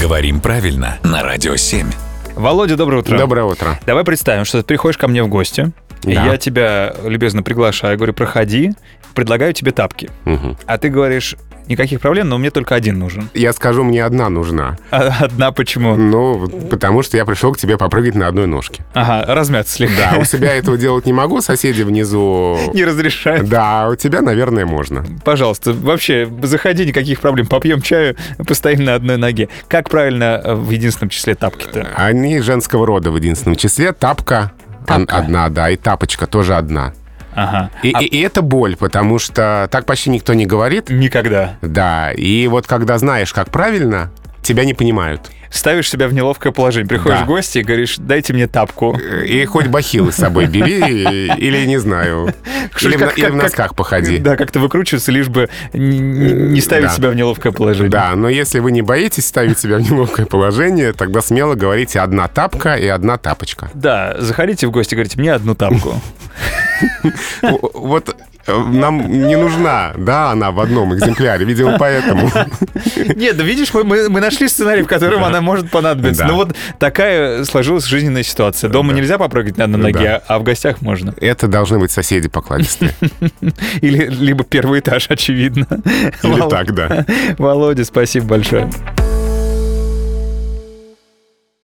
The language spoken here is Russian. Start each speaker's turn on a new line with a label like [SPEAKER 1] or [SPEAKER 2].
[SPEAKER 1] Говорим правильно на Радио 7.
[SPEAKER 2] Володя, доброе утро.
[SPEAKER 3] Доброе утро.
[SPEAKER 2] Давай представим, что ты приходишь ко мне в гости. и
[SPEAKER 3] Да.
[SPEAKER 2] Я тебя любезно приглашаю, говорю, проходи, предлагаю тебе тапки.
[SPEAKER 3] Мгм.
[SPEAKER 2] А ты говоришь, никаких проблем, но мне только один нужен.
[SPEAKER 3] Я скажу, мне одна нужна.
[SPEAKER 2] А Одна почему?
[SPEAKER 3] Ну, вот потому что я пришел к тебе попрыгать на одной ножке.
[SPEAKER 2] Ага, размяться
[SPEAKER 3] А
[SPEAKER 2] слегка.
[SPEAKER 3] у себя этого делать не могу, соседи внизу...
[SPEAKER 2] Не разрешаю.
[SPEAKER 3] Да, а у тебя, наверное, можно.
[SPEAKER 2] Пожалуйста, вообще, заходи, никаких проблем. Попьем чаю, постоим на одной ноге. Как правильно э, в единственном числе тапки-то?
[SPEAKER 3] Они женского рода в единственном числе. Тапка, он- одна, да, и тапочка тоже одна.
[SPEAKER 2] Ага.
[SPEAKER 3] И, и- и это боль, потому что так почти никто не говорит.
[SPEAKER 2] Никогда.
[SPEAKER 3] Да, и вот когда знаешь, как правильно, тебя не понимают.
[SPEAKER 2] Ставишь себя в неловкое положение. Приходишь
[SPEAKER 3] Да.
[SPEAKER 2] в гости и говоришь, дайте мне тапку.
[SPEAKER 3] И хоть бахилы с собой бери, и- или не знаю.
[SPEAKER 2] Что ли,
[SPEAKER 3] Или в на-
[SPEAKER 2] как-
[SPEAKER 3] или в
[SPEAKER 2] как- как-
[SPEAKER 3] носках походи.
[SPEAKER 2] Да, как-то выкручиваться, лишь бы не, не- не ставить
[SPEAKER 3] Да.
[SPEAKER 2] себя в неловкое положение.
[SPEAKER 3] Да, но если вы не боитесь ставить себя в неловкое положение, тогда смело говорите «одна тапка и одна тапочка».
[SPEAKER 2] Да, заходите в гости, говорите, мне одну тапку.
[SPEAKER 3] В- Вот э, нам не нужна, да, она в одном экземпляре, видимо, поэтому.
[SPEAKER 2] Нет, да видишь, мы, мы- мы нашли сценарий, в котором она может понадобиться.
[SPEAKER 3] Да.
[SPEAKER 2] Ну вот такая сложилась жизненная ситуация. Дома нельзя попрыгать на одной
[SPEAKER 3] Да.
[SPEAKER 2] ноге, а а в гостях можно.
[SPEAKER 3] Это должны быть соседи покладистые.
[SPEAKER 2] Или либо первый этаж, очевидно.
[SPEAKER 3] Или
[SPEAKER 2] Вол-
[SPEAKER 3] так, да.
[SPEAKER 2] Володя, спасибо большое.